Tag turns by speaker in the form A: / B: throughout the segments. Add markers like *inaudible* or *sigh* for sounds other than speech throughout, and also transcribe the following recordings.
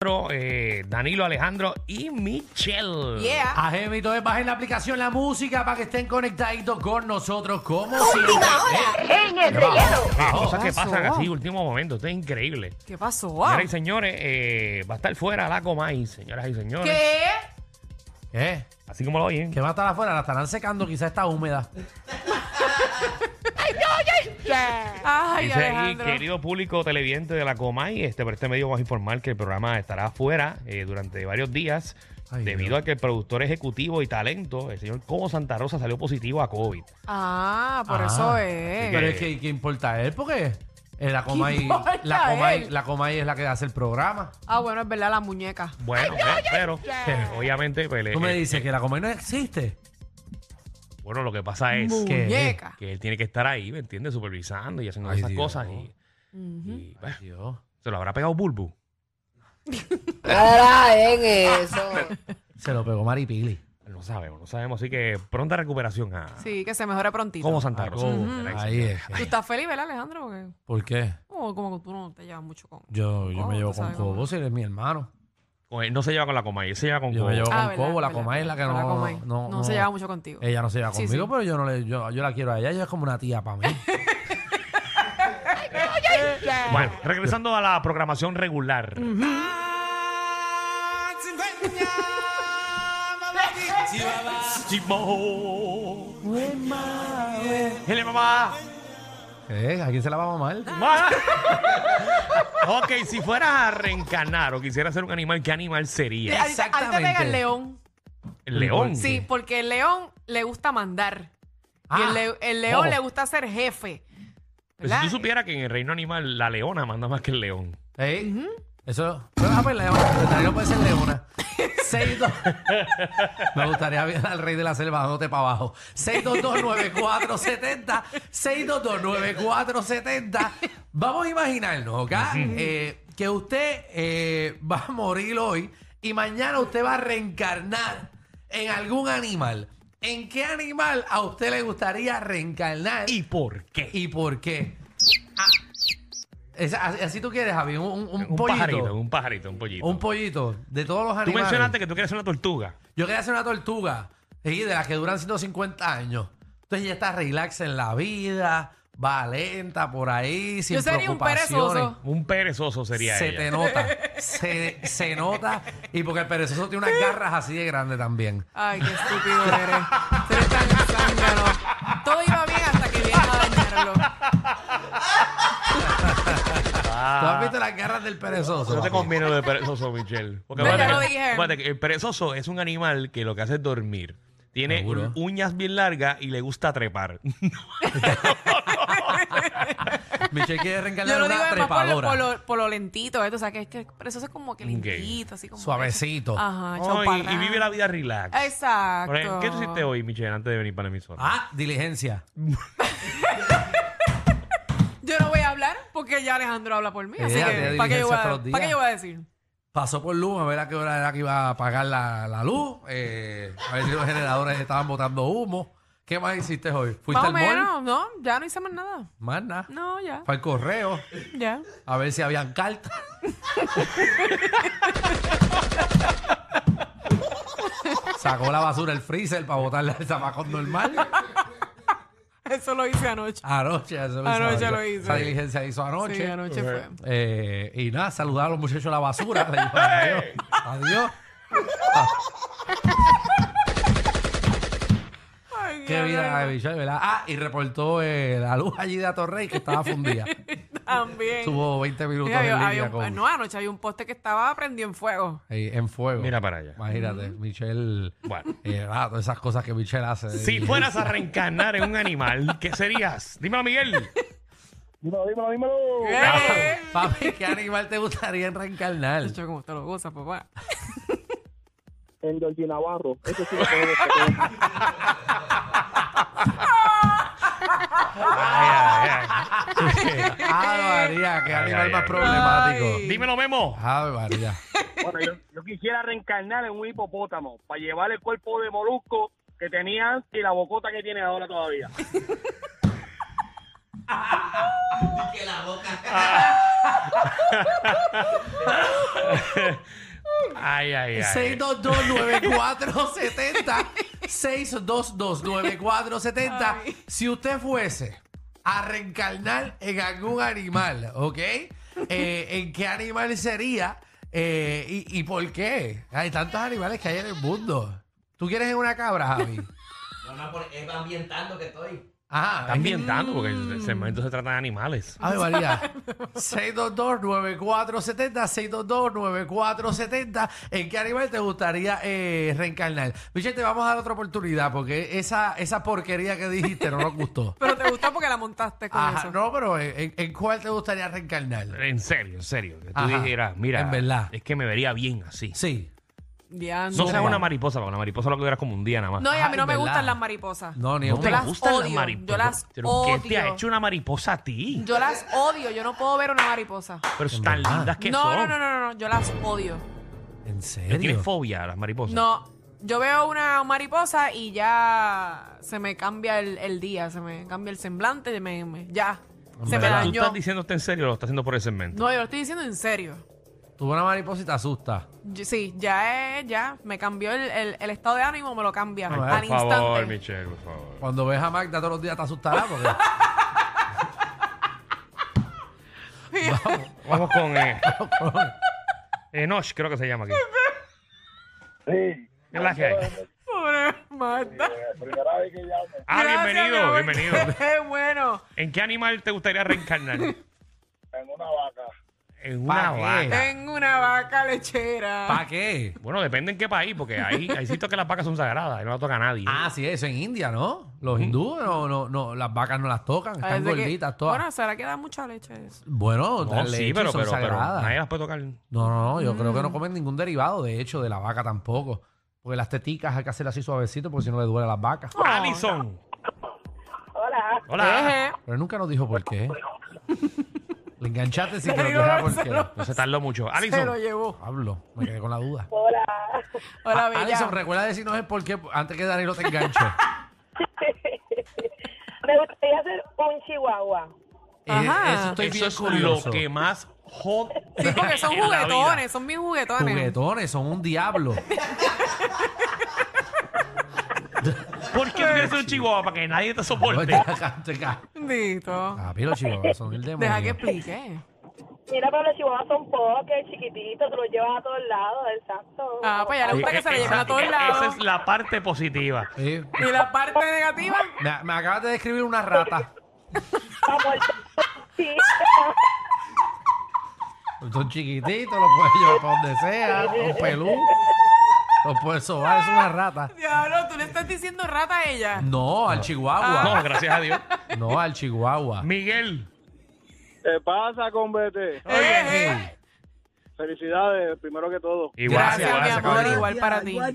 A: Alejandro, eh, Danilo, Alejandro y Michelle.
B: Yeah.
C: Ajé, entonces bajen la aplicación La Música para que estén conectaditos con nosotros como siempre.
B: Última hora.
D: En el reguero.
A: Eh, cosas que
B: Pasó.
A: pasan así, último momento. Esto es increíble.
B: ¿Qué pasó?
A: Señoras y señores, eh, va a estar fuera la Comay, señoras y señores.
B: ¿Qué?
C: ¿Eh?
A: Así como lo oyen.
C: Que va a estar afuera, la estarán secando, quizás está húmeda.
B: Ay,
A: Dice ahí,
B: Alejandro.
A: querido público televidente de la Comay, este, por este medio vamos a informar que el programa estará fuera eh, durante varios días
C: Ay,
A: debido
C: Dios.
A: a que el productor ejecutivo y talento, el señor Cobo Santa Rosa, salió positivo a COVID.
B: Ah, por
C: Ah,
B: eso
A: así
B: es.
C: Pero es que, ¿qué importa él? Porque eh, la Comay,
B: importa
C: la Comay,
B: él?
C: la Comay es la que hace el programa.
B: Ah, bueno, es verdad, la muñeca.
A: Bueno, eh, pero eh, *laughs* obviamente, pues, le-
C: Tú me
A: eh,
C: dices que la Comay no existe.
A: bueno, lo que pasa es
C: ¿Qué?
B: Muñeca.
A: que él tiene que estar ahí, ¿me entiendes? Supervisando y haciendo
C: Ay,
A: esas
C: Dios.
A: cosas. Y,
B: Ujú.
A: y, bueno,
C: Dios.
A: se lo habrá pegado Bulbu.
D: Ahora en eso.
C: Se lo pegó Maripili.
A: No sabemos, no sabemos. Así que pronta recuperación a
B: Sí, que se mejore prontito.
A: Como
C: A
A: Santa Rosa.
C: Cobo.
A: Señoras y
C: Ahí es.
B: ¿Tú estás feliz, verdad, Alejandro? Porque,
C: ¿Por qué?
B: oh, como que tú no te llevas mucho con.
C: Yo, yo
B: Cobo,
C: me llevo
B: tú
C: con
B: sabes cómo
C: Cobo,
B: es.
C: si eres mi hermano.
A: Con él no se lleva con la Comay, él se lleva con
C: Yo
A: Cobo.
C: me llevo
B: Ah,
C: con
B: verdad,
C: Cobo, la
B: verdad.
C: Comay es la que
B: Con
C: no,
B: Comay.
C: no,
B: se lleva mucho contigo.
C: Ella no se lleva
B: Sí,
C: conmigo,
B: sí.
C: pero yo no le, yo, yo la quiero a ella, ella es como una tía para mí.
A: Bueno, regresando a la programación regular.
B: *laughs*
A: Chimo. Dile, mamá.
C: ¿Eh? ¿A quién se la va a mamar?
A: Mamá. ok, si fueras a reencarnar o quisieras ser un animal, ¿qué animal
B: Sí,
A: sería?
B: a ti te- a ti te pega
C: Exactamente.
B: el león.
A: El león.
B: Sí, porque el león le gusta mandar.
C: Ah,
B: y el, le- el león
A: ojo.
B: le gusta ser jefe.
C: Pues
A: Pero Pues si
B: ¿Verdad?
A: tú supieras que en el reino animal la leona manda más que el león.
C: ¿Eh? Eso. Pero, ah, pues, Leona. El Danilo puede ser Leona. Seis, dos- *laughs* Me gustaría ver al rey de la selva dándote para abajo. 6229470. 6229470. Vamos a imaginarnos, ¿ok? Eh, que usted eh, va a morir hoy y mañana usted va a reencarnar en algún animal. ¿En qué animal a usted le gustaría reencarnar?
A: ¿Y por qué?
C: ¿Y por qué? Ah, esa- así, así tú quieres, Javi, un, un- un
A: un
C: pollito.
A: pajarito, un pajarito, un pollito.
C: Un pollito de todos los
A: Tú
C: animales.
A: mencionaste que tú quieres ser una tortuga.
C: Yo quería hacer una tortuga, ¿sí? de las que duran 150 años. Entonces ya está relax en la vida, va lenta por ahí, sin
B: Yo sería un
C: preocupaciones.
B: perezoso.
A: Un perezoso sería
C: Se
A: ella.
C: te nota,
B: *laughs*
C: se, se nota. Y porque el perezoso tiene unas garras así de grandes también.
B: Ay, qué estúpido eres. Tú eres tan zángano. Todo iba bien hasta que viene a dañarlo.
C: ¿Tú has visto las garras del perezoso?
A: Ah. No te
C: papi?
A: conviene lo de perezoso, Michelle. Porque
B: Pero
A: acuérdate
B: ya lo
A: que-
B: dije.
A: acuérdate que el perezoso es un animal que lo que hace es dormir. Tiene
C: Seguro.
A: uñas bien largas y le gusta trepar.
C: Michelle quiere reencarnar
B: Yo lo
C: en
B: digo
C: una
B: además por lo,
C: trepadora.
B: por, lo, por lo lentito, ¿eh? o sea, que es que eso es como que
A: Ok.
B: lentito, así como... que-
C: Suavecito.
B: Ajá,
A: *laughs* Oh, y,
B: chaparrán.
A: y vive la vida relax.
B: Exacto.
A: Por ejemplo, ¿Qué tú hiciste hoy, Michelle, antes de venir para la emisora?
C: Ah, diligencia.
B: Yo no voy a hablar porque ya Alejandro habla por mí, así
C: Ella
B: que
C: tiene
B: ¿para qué, yo voy
C: diligencia todos
B: a,
C: los
B: ¿para qué
C: días.
B: yo voy a decir?
C: Pasó por luz a ver a qué hora era que iba a apagar la, la luz. eh, a ver si los generadores estaban botando humo. ¿Qué más hiciste hoy? ¿Fuiste
B: Más o
C: al mall?
B: menos, no, ya no hice más nada.
C: Más nada.
B: No, ya,
C: Fue al correo
B: ya. *laughs*
C: a ver si habían cartas. Sacó la basura del freezer para botarle al zapacón normal.
B: Eso lo hice anoche.
C: Anoche, eso lo hizo
B: Anoche
C: anoche.
B: lo hice.
C: Esa diligencia hizo anoche.
B: Sí, anoche fue.
C: Eh, y nada, saludar a los muchachos de la basura. Le dijo, adiós. adiós.
B: Ay,
C: Qué vida de Michelle, ¿verdad? Ah, y reportó eh, la luz allí de Atorrey que
B: *laughs*
C: estaba fundida.
B: También.
C: Estuvo 20 minutos
B: Mira, había-
C: en
B: había
C: línea
B: un-
C: con,
B: No, anoche había un poste que estaba prendido en fuego.
C: ahí, en fuego.
A: Mira para allá.
C: Imagínate, Michelle.
A: Bueno.
C: eh, ah, todas esas cosas que Michelle hace.
A: Si
C: Y-
A: fueras a reencarnar en un animal, ¿qué serías? Dímelo, Miguel.
E: Dímelo, dímelo, dímelo.
B: ¡Eh!
C: *laughs* Papi, ¿qué animal te gustaría reencarnar?
B: Chacho, como te lo gozas, papá.
E: En Georgie Navarro. Eso sí lo podemos hacer.
A: Ay, ay, ay.
C: Ah, María, qué
A: Ay,
C: animal
A: ay,
C: más
A: ay.
C: problemático.
B: Ay.
A: Dímelo, Memo.
C: Ah, María.
E: Bueno, yo, yo quisiera reencarnar en un hipopótamo para llevar el cuerpo de *laughs* molusco que tenía antes y la bocota que tiene ahora todavía.
F: que la boca.
A: Ay, ay, ay.
C: 622-9470. 622-9470.
B: Ay.
C: Si usted fuese a reencarnar en algún animal, ¿ok? Eh, ¿En qué animal sería? Eh, y, y por qué? Hay tantos animales que hay en el mundo. ¿Tú quieres en una cabra, Javi?
F: No, no, porque es ambientando que estoy.
C: Ajá.
A: Está ambientando porque
B: Mm.
A: el segmento se trata de animales.
B: *laughs*
C: Ay, María. 622-9470, 622-9470. ¿En qué animal te gustaría eh, reencarnar? Michelle, te vamos a dar otra oportunidad porque esa, esa porquería que dijiste no nos gustó.
B: Pero te gustó porque la montaste *laughs* con
C: Ajá,
B: eso.
C: no, pero ¿en, en cuál te gustaría reencarnar?
A: En serio, en serio. Que tú
C: Ajá.
A: dijeras, mira,
C: En verdad.
A: es que me vería bien así.
C: Sí.
B: Diantre.
A: No
C: Sí.
A: seas una mariposa, porque una mariposa lo que era como un día nada más.
B: No, y a mí no
C: Ay,
B: me
C: ¿verdad?
B: gustan las mariposas.
C: No, ni
A: ¿No
C: un-
A: te
B: las
A: gustan las
B: odio,
A: mariposas?
B: yo las
A: ¿Pero qué te ha
B: odio.
A: hecho una mariposa a ti?
B: Yo las odio, yo no puedo ver una mariposa.
A: Pero son
C: En
A: tan
C: verdad.
A: lindas que
B: no,
A: son.
B: no, no, no, no, yo las odio.
C: ¿En
A: ¿Le
C: serio?
A: ¿Tienes fobia a las mariposas?
B: No, yo veo una mariposa y ya se me cambia el, el día, se me cambia el semblante, me- me- ya, se me
C: verdad.
A: ¿Tú
B: dañó.
A: estás diciendo esto en serio o lo estás haciendo por el segmento?
B: No, yo lo estoy diciendo en serio.
C: Tú una mariposa y te asusta.
B: Yo- sí, ya es, ya, me cambió el, el- el estado de ánimo, me lo cambia
C: Ay,
B: al
A: por favor,
B: instante.
A: Michelle, por favor.
C: Cuando ves a Magda todos los días te asustará porque...
A: Vamos con eh, Enoch, creo que se llama aquí.
E: Sí.
A: ¿Qué es la que hay?
B: Pobre Marta.
E: Primera vez que llamo.
A: Ah,
B: Gracias, mi
A: bienvenido,
B: amor,
A: bienvenido.
B: *laughs* Qué bueno.
A: ¿En qué animal te gustaría reencarnar?
E: En una vaca.
A: En
C: ¿Pa'
A: una
C: qué?
A: vaca.
B: Tengo una vaca lechera.
C: ¿Para qué?
A: *laughs* Bueno, depende en qué país, porque hay, hay sitios que las vacas son sagradas y no las toca nadie.
C: Ah, sí, eso en India, ¿no? Los hindúes no, no, no, las vacas no las tocan, están
B: Parece Ah, que-
C: gorditas todas.
B: Bueno, será que da mucha leche eso.
C: Bueno,
A: No,
C: las
A: sí,
C: leches
A: pero,
C: pues son
A: pero, Mm. pero
C: sagradas.
A: nadie las puede tocar. Yo
C: No, no, no, yo creo que no comen ningún derivado, de hecho, de la vaca tampoco. Porque las teticas hay que hacerlas así suavecito porque si no le duele a las vacas.
A: Alison.
D: Hola.
A: Hola.
B: Eje.
C: Pero él nunca nos dijo por qué. Le enganchaste sin que nos
B: Pero
C: dijera
B: no
C: por
B: se
C: qué.
B: lo-
A: No se tardó mucho.
B: Se lo
A: Alison.
B: llevó.
C: Pablo, me quedé con la duda.
D: Hola.
B: Hola,
C: Ah,
B: bella.
C: Alison, recuerda decirnos el por qué antes que Danilo
A: *laughs*
C: te enganche.
D: Me gustaría ser un chihuahua.
C: Eh,
B: Ajá.
C: eso estoy
A: Eso
C: bien
A: es
C: curioso.
A: lo que más jode.
B: Sí,
A: *laughs*
B: porque son
A: en la vida.
B: juguetones, son bien juguetones.
C: Juguetones, son
A: *laughs*
C: un diablo.
A: ¿Por qué tú quieres ser un chihuahua? Para que nadie te soporte. Ah,
B: Bendito.
C: Papi, los chihuahuas Ah, son el demonio.
B: Deja que explique.
D: Mira, pero los chihuahuas son pocos, chiquititos, tú los llevas a todos lados, exacto.
B: Ah, pues ya le
A: eh.
B: gusta que se le lleven a
A: Esa-
B: todos
A: Esa
B: lados.
A: es la parte positiva.
C: Sí.
B: Y la parte negativa,
C: Me, me acabas de describir una rata.
D: Vamos, *laughs* sí.
C: Son chiquititos, los puedes llevar para donde sea, los pelú, los puedes sobar, es una rata.
B: diablo, tú le estás diciendo rata a ella.
C: No, al
A: No,
C: chihuahua.
A: gracias a Dios.
C: No, al chihuahua.
A: Miguel.
E: ¿Qué pasa, convete?
B: Eh, eh.
C: Ey,
E: Felicidades, primero que todo.
A: Igual,
B: Gracias,
A: igual,
B: mi
A: se
B: amor,
A: acabó.
B: igual para ti.
E: Mira,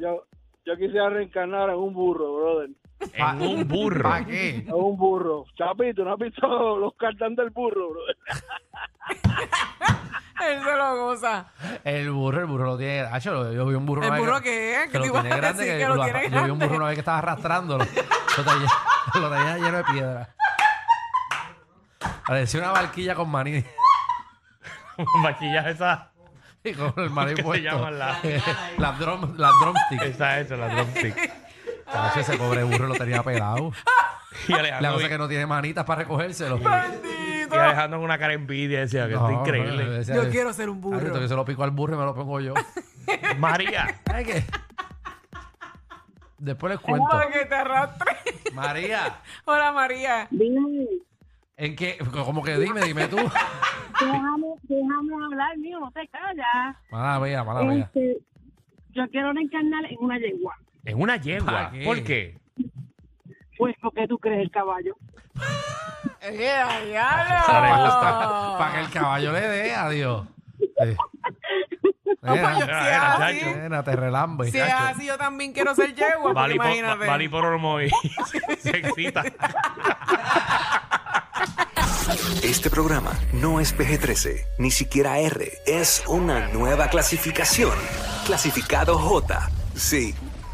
E: yo, yo quisiera reencarnar en un burro, brother.
A: En un burro.
C: ¿Para qué?
E: En un burro. Chapito, ¿no has visto *laughs* los cartantes del burro, brother?
B: *laughs* Él se lo goza.
C: El burro, el burro lo tiene. Ah, yo, yo vi un burro.
B: ¿El
C: una vez
B: burro
C: que-
B: qué es?
C: que
B: ¿Qué
C: lo
B: te ibas
C: tiene
B: a
C: grande,
B: decir
C: que
B: que
C: lo
B: lo
C: arra-
B: tiene
C: Yo vi un burro
B: grande?
C: una vez que estaba arrastrándolo. Lo tenía, *laughs* lo tenía lleno de piedra. Parecía una barquilla con maní.
A: *laughs*
C: *laughs*
A: Maquillaje esa.
C: Y con el maní
A: ¿Qué se
C: puesto.
A: llaman las-
C: *laughs* las, drum, las drumsticks.
A: Esa es la drumstick.
C: Tacho, ese pobre burro lo tenía pelado.
A: Ah, Y
C: La
A: Alejandro,
C: cosa es que no tiene manitas para recogérselo.
A: y Alejandro con una cara de envidia decía que esto es increíble.
B: Yo quiero ser un burro.
C: que se lo pico al burro y me lo
B: *laughs*
C: pongo yo.
A: María.
C: ¿Sabes qué? Después les cuento.
B: Para que te arrastre. *laughs*
C: María,
B: Hola, María.
G: Dime,
C: ¿en qué? Como que dime, dime tú.
G: déjame, déjame hablar, mío, no te callas.
C: Mala mía, mala mía.
G: Este, yo quiero reencarnar en una yegua.
A: En una yegua.
C: ¿Pa' qué?
A: ¿Por qué?
G: Pues, ¿por qué tú crees el caballo?
B: Eh, ay,
A: Esa le
B: diablo.
C: Para que el caballo le dé, adiós. Sí.
B: pues, yo
A: Era,
B: sí,
A: era,
B: así.
A: chacho.
C: nena, te relambe.
B: Si es así, yo también quiero ser yegua.
A: Vali
B: porque
A: por,
B: imagínate.
A: Vali por Ormo y *laughs* se excita.
H: Este programa no es PG-13, ni siquiera R. Es una nueva clasificación. Clasificado J. Sí,